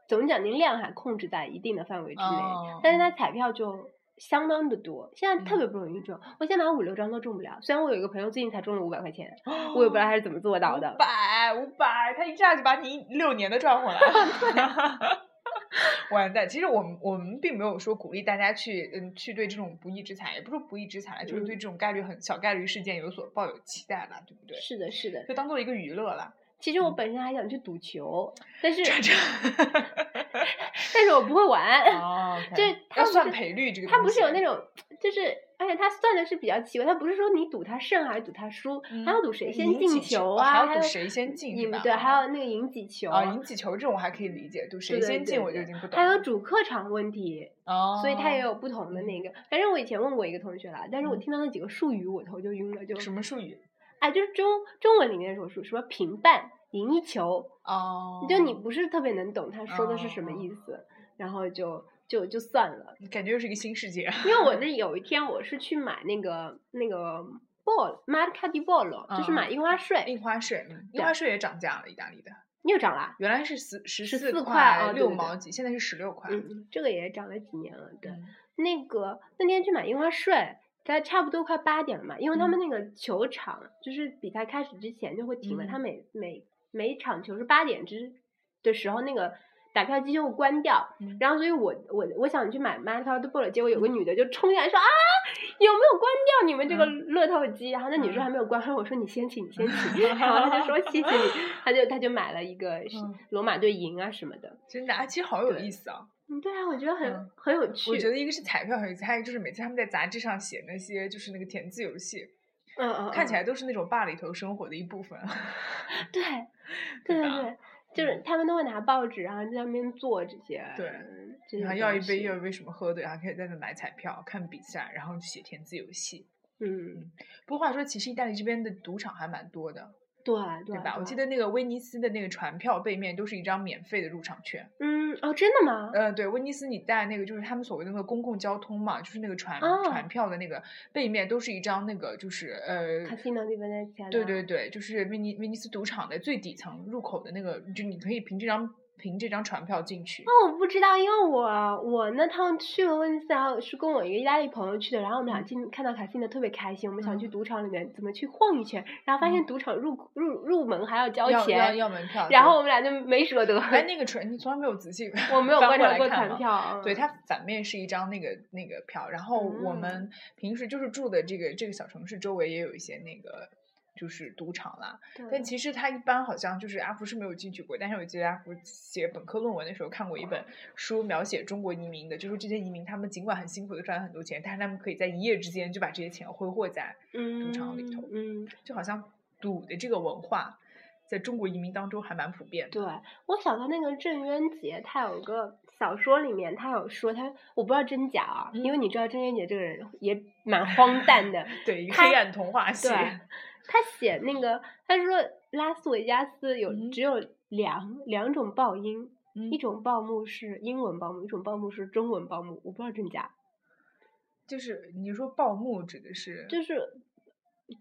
B: 总奖金量还控制在一定的范围之内，
C: 哦
B: 但是他彩票就相当的多，现在
C: 嗯
B: 特别不容易中。我现在买五六张都中不了，虽然我有一个朋友最近才中了五百块钱，
C: 哦
B: 我也不知道他是怎么做到的
C: 五。百五百，他一下就把你六年的赚回来 了。完蛋！其实我们我们并没有说鼓励大家去嗯去对这种不义之财，也不是说不义之财啦，
B: 嗯
C: 就是对这种概率很小概率事件有所抱有期待啦，对不对？
B: 是的，是的。
C: 就当做一个娱乐 啦。
B: 其实我本身还想去赌球，但是
C: 嗯这
B: 但是我不会玩。
C: 哦，
B: 就
C: OK
B: 它
C: 要
B: 不
C: 算
B: 是
C: 赔率这个东西，
B: 它不是有那种，就是而且它算的是比较奇怪，它不是说你赌它胜还是赌它输，
C: 嗯
B: 还要赌谁先
C: 赢
B: 进
C: 几球
B: 球
C: 哦
B: 啊，
C: 还要
B: 还
C: 赌
B: 有
C: 谁先进是
B: 赢
C: 吧
B: 对，还有那个赢几球
C: 啊赢几嗯球这种我还可以理解，赌谁
B: 对
C: 先
B: 对
C: 进我就
B: 对
C: 已经不懂
B: 还
C: 了。
B: 有主客场问题，
C: 哦，
B: 所以它也有不同的那个。反正我以前问过一个同学啦，但是我
C: 嗯
B: 听到那几个术语，我头就晕了，就
C: 什么术语？
B: 哎，就是中中文里面所说什么平半、赢一球，
C: 哦，
B: 就你不是特别能懂他说的是什么
C: 哦
B: 意思，然后就就就算了。
C: 感觉又是一个新世界。
B: 因为我那有一天我是去买那个那个 ball marca di bolo，就是
C: 嗯
B: 买印花税，
C: 印花税，嗯印
B: 对
C: 花税也涨价了，意大利的
B: 又涨啦。
C: 原来是十十
B: 14块
C: 块
B: 哦对
C: 六
B: 对
C: 毛
B: 对
C: 几，现在是十六块。
B: 嗯，这个也涨了几年了，对。
C: 啊嗯
B: 那个那天去买印花税，它差不多快八点了嘛，因为
C: 嗯
B: 他们那个球场、就是比赛开始之前就会停了，
C: 嗯
B: 它每每每场球是八点之的时候，那个打票机就会关掉。
C: 嗯
B: 然后，所以我我我想去买 Mad Cow Ball，结果有个女的就冲进来说啊，有没有关掉你们这个
C: 嗯
B: 乐透机？然后那女生还没有关，我说你先请，你先请。 然后她就说谢谢你，她就她就买了一个是
C: 嗯
B: 罗马队赢啊什么的。
C: 真的啊，其实好有
B: 对
C: 意思啊！
B: 嗯，对啊，我觉得很、
C: 嗯
B: 很有趣。
C: 我觉得一个是彩票很有意思，还有就是每次他们在杂志上写那些就是那个填字游戏，
B: 嗯嗯，
C: 看
B: 嗯
C: 起来都是那种坝里头生活的一部分。
B: 对，对
C: 对
B: 对
C: 吧嗯
B: 对，就是他们都会拿报纸，然后在那边做这些，
C: 对
B: 这些
C: 然后要一
B: 东
C: 杯
B: 西嗯
C: 要一杯什么喝的，然后可以在那买彩票、看比赛，然后写填字游戏。
B: 嗯，
C: 不过话说，其实意大利这边的赌场还蛮多的，
B: 对
C: 对
B: 对嗯
C: 吧？我记
B: 得，
C: 得那个威尼斯的那个船票背面都是一张免费的入场券。
B: 嗯，哦，真的吗？
C: 呃，对，威尼斯你带那个就是他们所谓的那个公共交通嘛，就是那个船、
B: 哦
C: 船票的那个背面都是一张那个就是
B: 卡
C: 呃。
B: 西诺地方在前，
C: 对对，对，就是威尼威尼斯赌场的最底层入口的那个，就你可以凭这张凭这张船票进去。
B: 哦，我不知道，因为我我那趟去了威尼斯，然后是跟我一个意大利朋友去的，然后我们俩进看到卡西诺特别开心，我们想去
C: 嗯
B: 赌场里面怎么去晃一圈，然后发现赌场入入入门还要交
C: 要要
B: 钱，
C: 要门票。
B: 然
C: 对
B: 后我们俩就没舍得，
C: 哎，那个船你从来没有仔细翻
B: 我
C: 过来看吗，
B: 没有观察过船票，
C: 对，
B: 嗯
C: 它反面是一张那个那个票，然后我
B: 嗯
C: 们平时就是住的这个这个小城市周围也有一些那个就是赌场啦，
B: 嗯
C: 但其实它一般好像就是阿福是没有进去过，但是我记得阿福写本科论文的时候看过一本书，描写中国移民的，就说这些移民他们尽管很辛苦的赚了很多钱，但是他们可以在一夜之间就把这些钱挥霍在
B: 赌
C: 赌场里头
B: 嗯，嗯
C: 就好像赌的这个文化在中国移民当中还蛮普遍的。
B: 对，我想到那个郑渊洁，他有个小说里面，他有说他，我不知道真假啊，因为你知道郑渊洁这个人也蛮荒诞 的，
C: 对，一个
B: 他
C: 黑暗童话系
B: 对
C: 列，
B: 他写那个，他说拉斯维加斯有、
C: 嗯
B: 只有两两种报音，
C: 嗯
B: 一种报幕是英文报幕，一种报幕是中文报幕，我不知道真假，
C: 就是你说报幕指的是哦
B: 就是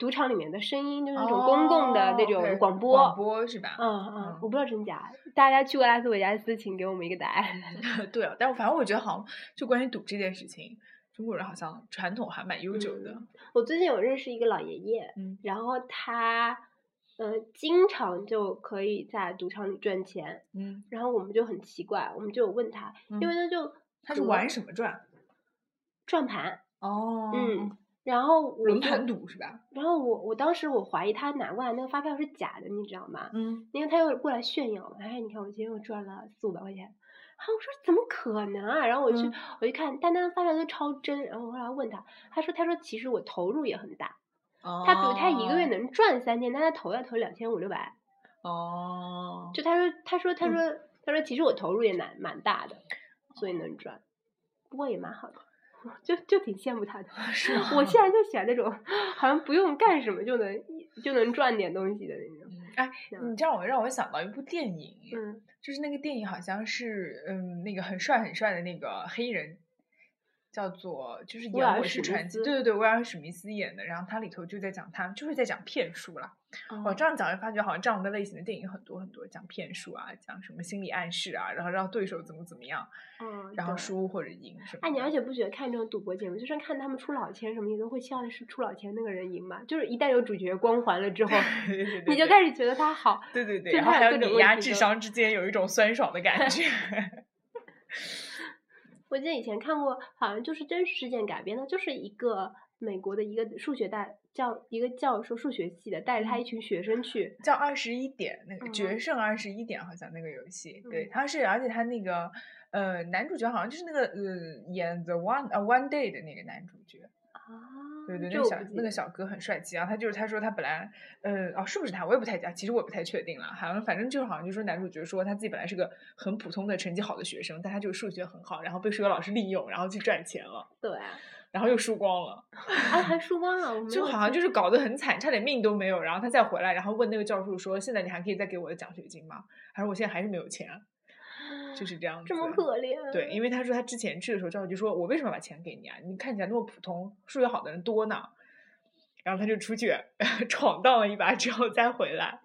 B: 赌场里面的声音，就是那种公共的那
C: 哦，OK，
B: 种广播。
C: 广播是吧？
B: 嗯嗯，
C: 嗯
B: 我不知道真假，大家去过拉斯维加斯，请给我们一个答案。
C: 对啊，但反正我觉得好像就关于赌这件事情，中国人好像传统还蛮悠久的。
B: 嗯我最近有认识一个老爷爷，
C: 嗯
B: 然后他，呃，经常就可以在赌场里赚钱，
C: 嗯，
B: 然后我们就很奇怪，我们就有问他，因为
C: 嗯
B: 他就
C: 他是
B: 赌
C: 玩什么转？
B: 转盘，
C: 哦，
B: 嗯，然后我
C: 轮
B: 就
C: 盘，赌是吧？
B: 然后我我当时我怀疑他拿过来那个发票是假的，你知道吗？
C: 嗯，
B: 因为他又过来炫耀嘛，哎，你看我今天又赚了四五百块钱。啊！我说怎么可能啊？然后我去、
C: 嗯
B: 我一看，单单发票都超真。然后我后来问他，他说他说其实我投入也很大，
C: 哦
B: 他比如他一个月能赚三千，但他投要投两千五六百，
C: 哦，
B: 就他说他说他说、他说其实我投入也蛮蛮大的，所以能赚，不过也蛮好的，就就挺羡慕他的。
C: 是啊吗
B: 我现在就喜欢那种好像不用干什么就能就能赚点东西的那种。
C: 嗯哎，
B: 嗯
C: 你这让我让我想到一部电影，
B: 嗯，
C: 就是那个电影好像是嗯，那个很帅很帅的那个黑人，叫做就是
B: 威
C: 演《
B: 尔
C: 我
B: 史
C: 是
B: 密
C: 传奇》，
B: 斯
C: 对对对，威尔史密斯演的。然后它里头就在讲他就是在讲骗术啦。
B: 嗯
C: 我、哦这样讲就发觉好像这样的类型的电影很多很多，讲骗术啊，讲什么心理暗示啊，然后让对手怎么怎么样，
B: 嗯，
C: 然后
B: 对。
C: 输或者赢什么的。
B: 哎，你而且不觉得看这种赌博节目，就算看他们出老千什么，你都会希望是出老千那个人赢嘛？就是一旦有主角光环了之后，
C: 对对对
B: 你就
C: 对
B: 开始觉得他好，
C: 对对对，
B: 就
C: 然后
B: 他
C: 还
B: 有
C: 有
B: 各种
C: 你
B: 问
C: 压
B: 题
C: 智
B: 都
C: 商之间有一种酸爽的 感觉。
B: 我记得以前看过，好像就是真实事件改编的，就是一个美国的一个数学大教一个教授数学系的，带着他一群学生去，
C: 叫二十一点，那个
B: 嗯
C: 决胜二十一点，好像那个游戏，对，
B: 嗯
C: 他是，而且他那个呃男主角好像就是那个呃演 The One 呃 One Day 的那个男主角，对对，那
B: 嗯这
C: 个
B: 我
C: 小
B: 不记
C: 那
B: 得
C: 个小哥很帅气，然后他就是他说他本来呃哦是不是他我也不太啊，其实我也不太确定了，好像反正就是好像就说男主角说他自己本来是个很普通的成绩好的学生，但他就是数学很好，然后被数学老师利用，然后去赚钱了，
B: 对啊，
C: 然后又输光了。
B: 哎，还输光了，我没
C: 就
B: 有
C: 好像
B: 记
C: 就是搞得很惨，差点命都没有。然后他再回来，然后问那个教授说：“现在你还可以再给我的奖学金吗？”他说：“我现在还是没有钱。”就是这样子。
B: 这么可怜，
C: 对，因为他说他之前去的时候，教授就说：“我为什么把钱给你啊？你看起来那么普通，数学好的人多呢。”然后他就出去 闯荡了一把之后再回来，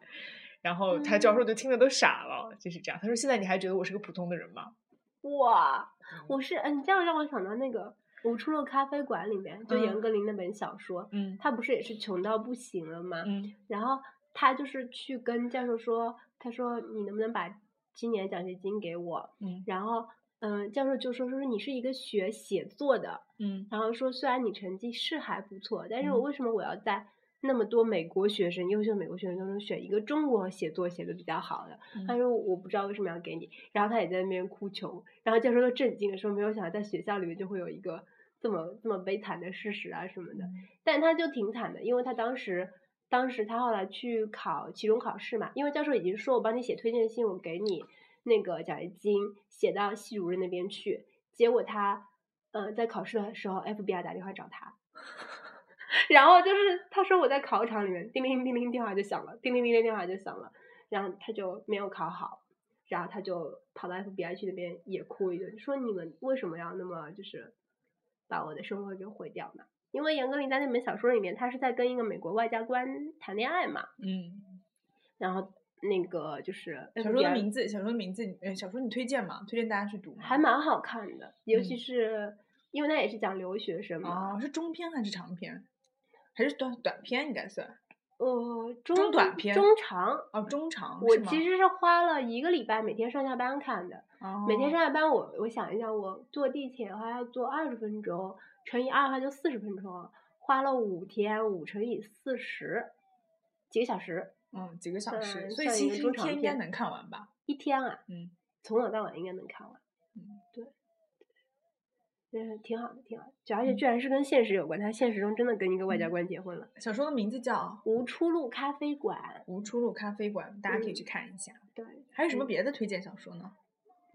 C: 然后他教授就听得都傻了，就是这样。他说：“现在你还觉得我是个普通的人吗
B: 哇，我是，嗯，你这样让我想到那个《无处路咖啡馆》里面，就
C: 嗯
B: 严歌苓那本小说，？”
C: 嗯
B: 他不是也是穷到不行了吗？
C: 嗯
B: 然后他就是去跟教授说，他说你能不能把今年的奖学金给我？
C: 嗯
B: 然后，嗯、教授就说说你是一个学写作的，
C: 嗯
B: 然后说虽然你成绩是还不错，但是我
C: 嗯
B: 为什么我要在那么多美国学生、优秀美国学生当中选一个中国写作写的比较好的？他
C: 嗯，
B: 说我不知道为什么要给你，然后他也在那边哭穷，然后教授都震惊了，说没有想到在学校里面就会有一个这么这么悲惨的事实啊什么的，但他就挺惨的，因为他当时。当时他后来去考期中考试嘛，因为教授已经说我帮你写推荐信，我给你那个奖学金，写到系主任那边去。结果他，呃，在考试的时候，FBI 打电话找他， 然后就是他说我在考场里面，叮铃叮铃电话就响了，叮铃叮铃电话就响了，然后他就没有考好，然后他就跑到 FBI 去那边也哭一顿，说你们为什么要那么就是把我的生活给毁掉呢？因为严歌苓在那本小说里面，她是在跟一个美国外交官谈恋爱嘛，
C: 嗯，
B: 然后那个就是
C: 小说的
B: FBI
C: 名字，小说的名字，呃，小说你推荐吗？推荐大家去读吗？
B: 还蛮好看的，尤其
C: 嗯
B: 是、因为那也是讲留学生嘛，
C: 哦，是中篇还是长篇？还是短短篇应该算
B: 呃，中
C: 哦中短篇
B: 中长。
C: 哦，中长
B: 我
C: 是吗
B: 其实是花了一个礼拜，每天上下班看的。每天
C: 哦
B: 上下班我，我想一想，我坐地铁的话要坐二十分钟，乘以二的话就四十分钟，花了五天，五乘以四十，几个小时，
C: 嗯几个小时，
B: 嗯
C: 所以
B: 算一
C: 其
B: 个
C: 实一
B: 中长
C: 天应该
B: 篇
C: 能看完吧？
B: 一天啊，
C: 嗯，
B: 从早到晚应该能看完。
C: 嗯，
B: 对，嗯，挺好的，挺好的。主要且
C: 嗯
B: 居然是跟现实有关，他现实中真的跟一个外交
C: 嗯
B: 官结婚了。
C: 小说的名字叫《
B: 无出路咖啡馆，
C: 无出路咖啡馆》，大家可以去
B: 嗯
C: 看一下。
B: 对，
C: 还有什么
B: 嗯
C: 别的推荐小说呢？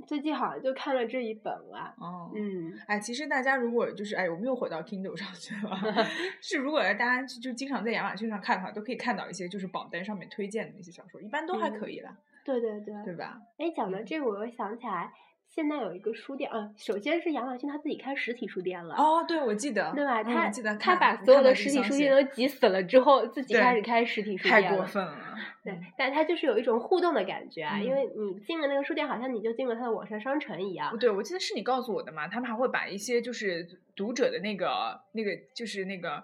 B: 最近好像就看了这一本了。
C: 哦，
B: 嗯，
C: 哎，其实大家如果就是哎，我们又回到 Kindle 上去 了，是如果大家就就经常在亚马逊上看的话，都可以看到一些就是榜单上面推荐的那些小说，一般都还
B: 嗯
C: 可以啦，
B: 对对对。
C: 对吧？
B: 哎，讲到
C: 嗯
B: 这个，我又想起来，现在有一个书店，啊，首先是亚马逊他自己开实体书店了，
C: 哦，对，我记得，
B: 对吧？
C: 嗯
B: 他
C: 我记得
B: 他
C: 看
B: 把
C: 我
B: 所有
C: 看到
B: 的
C: 这
B: 实体
C: 消
B: 书
C: 息
B: 店都挤死了之后，自己开
C: 对
B: 始开实体书
C: 太
B: 店
C: 过
B: 了。
C: 分了，
B: 对
C: 嗯，
B: 但它就是有一种互动的感觉啊，因
C: 嗯
B: 为你进了那个书店，好像你就进了它的网上商城一样
C: 哦。对，我记得是你告诉我的嘛，他们还会把一些就是读者的那个那个就是那个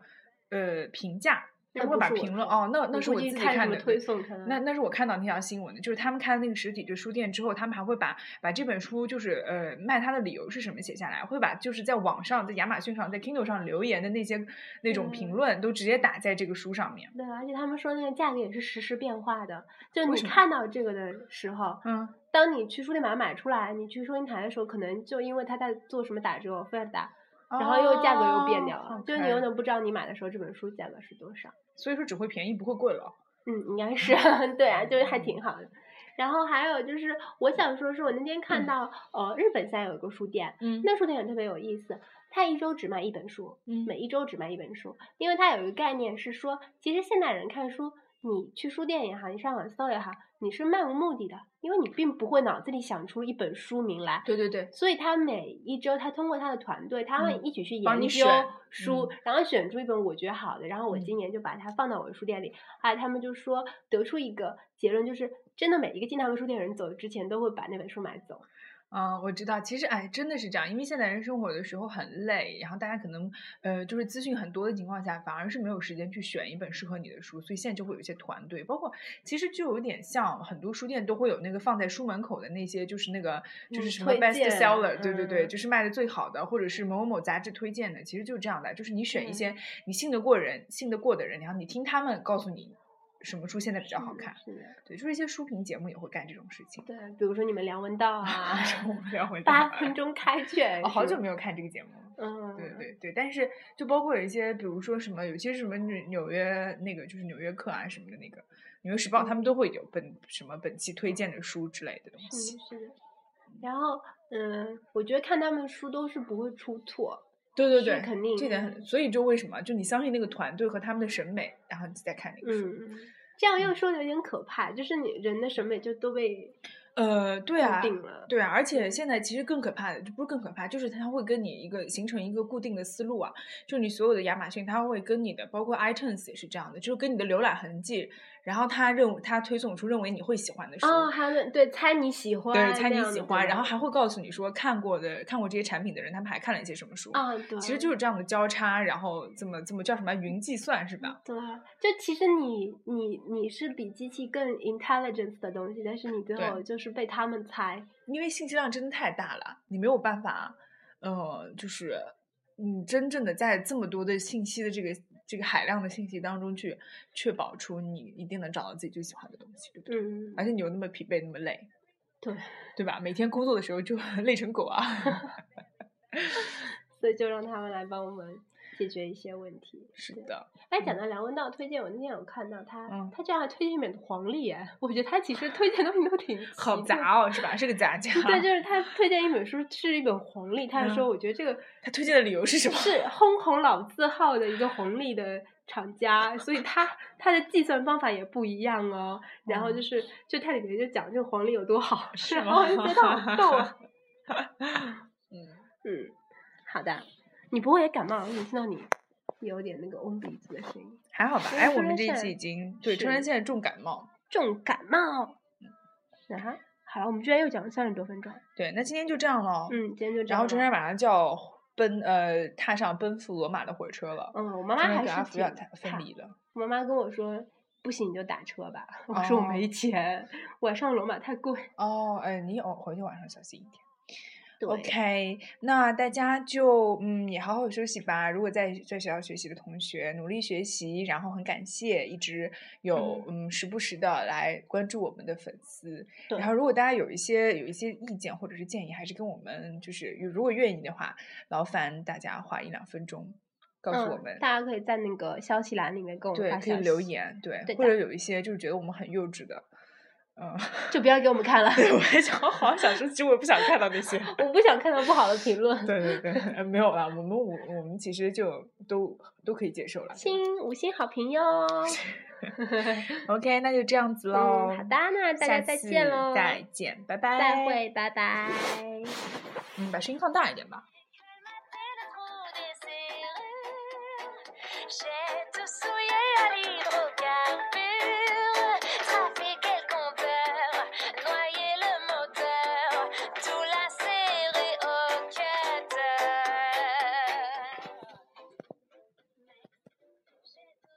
C: 呃评价，
B: 那
C: 他们会
B: 不
C: 把
B: 是我
C: 评论
B: 说
C: 哦，那那
B: 我
C: 是
B: 估
C: 我自
B: 计
C: 己
B: 看什
C: 看
B: 么
C: 的
B: 推
C: 对。
B: 送可能。
C: 那那是我看到那条新闻的，就是他们开了那个实体的书店之后，他们还会把把这本书就是呃卖它的理由是什么写下来，会把就是在网上在亚马逊上在 Kindle 上留言的那些那种评
B: 嗯
C: 论都直接打在这个书上面。
B: 对，啊而且他们说那个价格也是实时变化的，就
C: 为
B: 你
C: 什么
B: 看到这个的时候，
C: 嗯，
B: 当你去书店把它买出来，你去收银台的时候，可能就因为它在做什么打折 offer 打，然后又价格又变掉了，
C: 哦
B: 就是你永
C: OK
B: 远不知道你买的时候这本书价格是多少。
C: 所以说只会便宜不会贵了。
B: 嗯，应该是对啊，就是还挺好的。然后还有就是，我想说的是，我那天看
C: 嗯
B: 到、呃，日本现在有一个书店，
C: 嗯
B: 那书店也特别有意思，它一周只卖一本书，
C: 嗯
B: 每一周只卖一本书，因为它有一个概念是说，其实现代人看书，你去书店也好，你上网搜也好，你是漫无目的的，因为你并不会脑子里想出一本书名来。
C: 对对对，
B: 所以他每一周，他通过他的团队，他会
C: 嗯
B: 一起去
C: 帮
B: 研
C: 你
B: 究
C: 选嗯
B: 书，然后选出一本我觉得好的，然后我今年就把它放到我的书店里。啊，他们就说得出一个结论，就是真的每一个进他们书店的人走之前都会把那本书买走。
C: 嗯，我知道，其实哎，真的是这样，因为现代人生活的时候很累，然后大家可能呃，就是资讯很多的情况下，反而是没有时间去选一本适合你的书，所以现在就会有一些团队，包括其实就有点像很多书店都会有那个放在书门口的那些，就是那个就是
B: 嗯
C: 什么
B: 推
C: best
B: 荐
C: seller，、对对对，
B: 嗯
C: 就是卖的最好的，或者是某某某杂志推荐的，其实就是这样的，就是你选一
B: 对
C: 些你信得过人、信得过的人，然后你听他们告诉你什么书现在比较好
B: 嗯
C: 看，
B: 是的，
C: 对，就是一些书评节目也会干这种事情。
B: 对，比如说你们梁文道啊，
C: 我们聊回
B: 八
C: 到
B: 分钟开卷
C: 哦，好
B: 是
C: 久
B: 吧
C: 没有看这个节目了。
B: 嗯，
C: 对对对，但是就包括有一些，比如说什么，有些什么纽纽约那个就是纽约客啊什么的那个《纽约时报》，他
B: 嗯
C: 们都会有本什么本期推荐的书之类的东
B: 是
C: 西。
B: 的，嗯是的。然后，嗯，我觉得看他们书都是不会出错，
C: 对对
B: 是
C: 对，
B: 肯定
C: 这点很，所以就为什么就你相信那个团队和他们的审美，然后你再看那个书。
B: 嗯，这样又说的有点可怕，就是你人的审美就都被
C: 呃，对
B: 固
C: 啊，
B: 定了。
C: 对啊，而且现在其实更可怕的，就不是更可怕，就是它会跟你一个形成一个固定的思路啊。就你所有的亚马逊，它会跟你的，包括 iTunes 也是这样的，就是跟你的浏览痕迹，然后它认为它推送出认为你会喜欢的书，
B: 哦，还有那对猜你喜欢，
C: 对，猜
B: 这
C: 你
B: 样
C: 喜
B: 的
C: 欢，
B: 对
C: 然后
B: 吧
C: 还会告诉你说看过的看过这些产品的人，他们还看了一些什么书。
B: 啊，对，
C: 其实就是这样的交叉，然后这么这么叫什么云计算是吧？
B: 对，啊就其实你你你是比机器更 intelligence 的东西，但是你最
C: 对
B: 后就是被他们猜，
C: 因为信息量真的太大了，你没有办法，呃，就是你真正的在这么多的信息的这个这个海量的信息当中去确保出你一定能找到自己最喜欢的东西，对不对？
B: 嗯，
C: 而且你又那么疲惫，那么累，
B: 对，
C: 对吧？每天工作 的 时候就累成狗啊。
B: 所以就让他们来帮我们。解决一些问题。
C: 是
B: 对
C: 的，
B: 哎，讲到梁文道推荐，我那天有看到他，
C: 嗯
B: 他这样还推荐一本黄历，哎，我觉得他其实推荐的东西都挺
C: 好
B: 奇特
C: 杂哦，是吧？是个杂家。
B: 对，就是他推荐一本书是一本黄历，他还说
C: 嗯
B: 我觉得这个
C: 他推荐的理由是什么？
B: 是烘红老字号的一个红利的厂家，所以它它的计算方法也不一样哦。然后就是，就它里面就讲这个黄历有多好，
C: 嗯是
B: 然后我就觉得好逗啊。
C: 嗯，
B: 嗯，好的，你不会也感冒了？我听到你有点那个嗡鼻子的声音，
C: 还好吧。
B: 因为
C: 哎，
B: 春
C: 我
B: 山
C: 们这一
B: 现在
C: 期已经对
B: 是
C: 春山现在重感冒。
B: 重感冒。啊哈，好了，我们居然又讲了三十多分钟。
C: 对，那今天就这样喽。
B: 嗯，今天就这样了。
C: 然后春山马上就要奔呃踏上奔赴罗马的火车了。
B: 嗯，我妈妈
C: 春山
B: 还
C: 给他
B: 是
C: 抚养
B: 挺
C: 他分
B: 怕
C: 离了。
B: 我妈妈跟我说。不行，你就打车吧。我说我
C: 哦
B: 没钱，晚上罗马太贵。
C: 哦，哎，你哦，回去晚上小心一点。
B: 对
C: OK，那大家就嗯也好好休息吧。如果在在学校学习的同学，努力学习，然后很感谢一直有嗯时不时的来关注我们的粉丝。
B: 对
C: 然后如果大家有一些有一些意见或者是建议，还是跟我们就是如果愿意的话，劳烦大家花一两分钟告诉我
B: 嗯
C: 们。
B: 大家可以在那个消息栏里面跟我们
C: 对
B: 发，
C: 可以
B: 消
C: 留
B: 息，
C: 言，对，
B: 对
C: 或
B: 的
C: 者有一些就是觉得我们很幼稚的， 嗯，，
B: 就不要给我们看了
C: 对，我还想，我好像想说，其实我也不想看到那些，
B: 我不想看到不好的评论。
C: 对对对，呃没有啦，我们我我们其实就都都可以接受了。
B: 星五星好评哟！嗯
C: OK，那就这样子喽、
B: 嗯，好的，那大
C: 下
B: 家再见
C: 次
B: 喽，
C: 再见，拜拜，
B: 再，会，拜拜。
C: 嗯，把声音放大一点吧。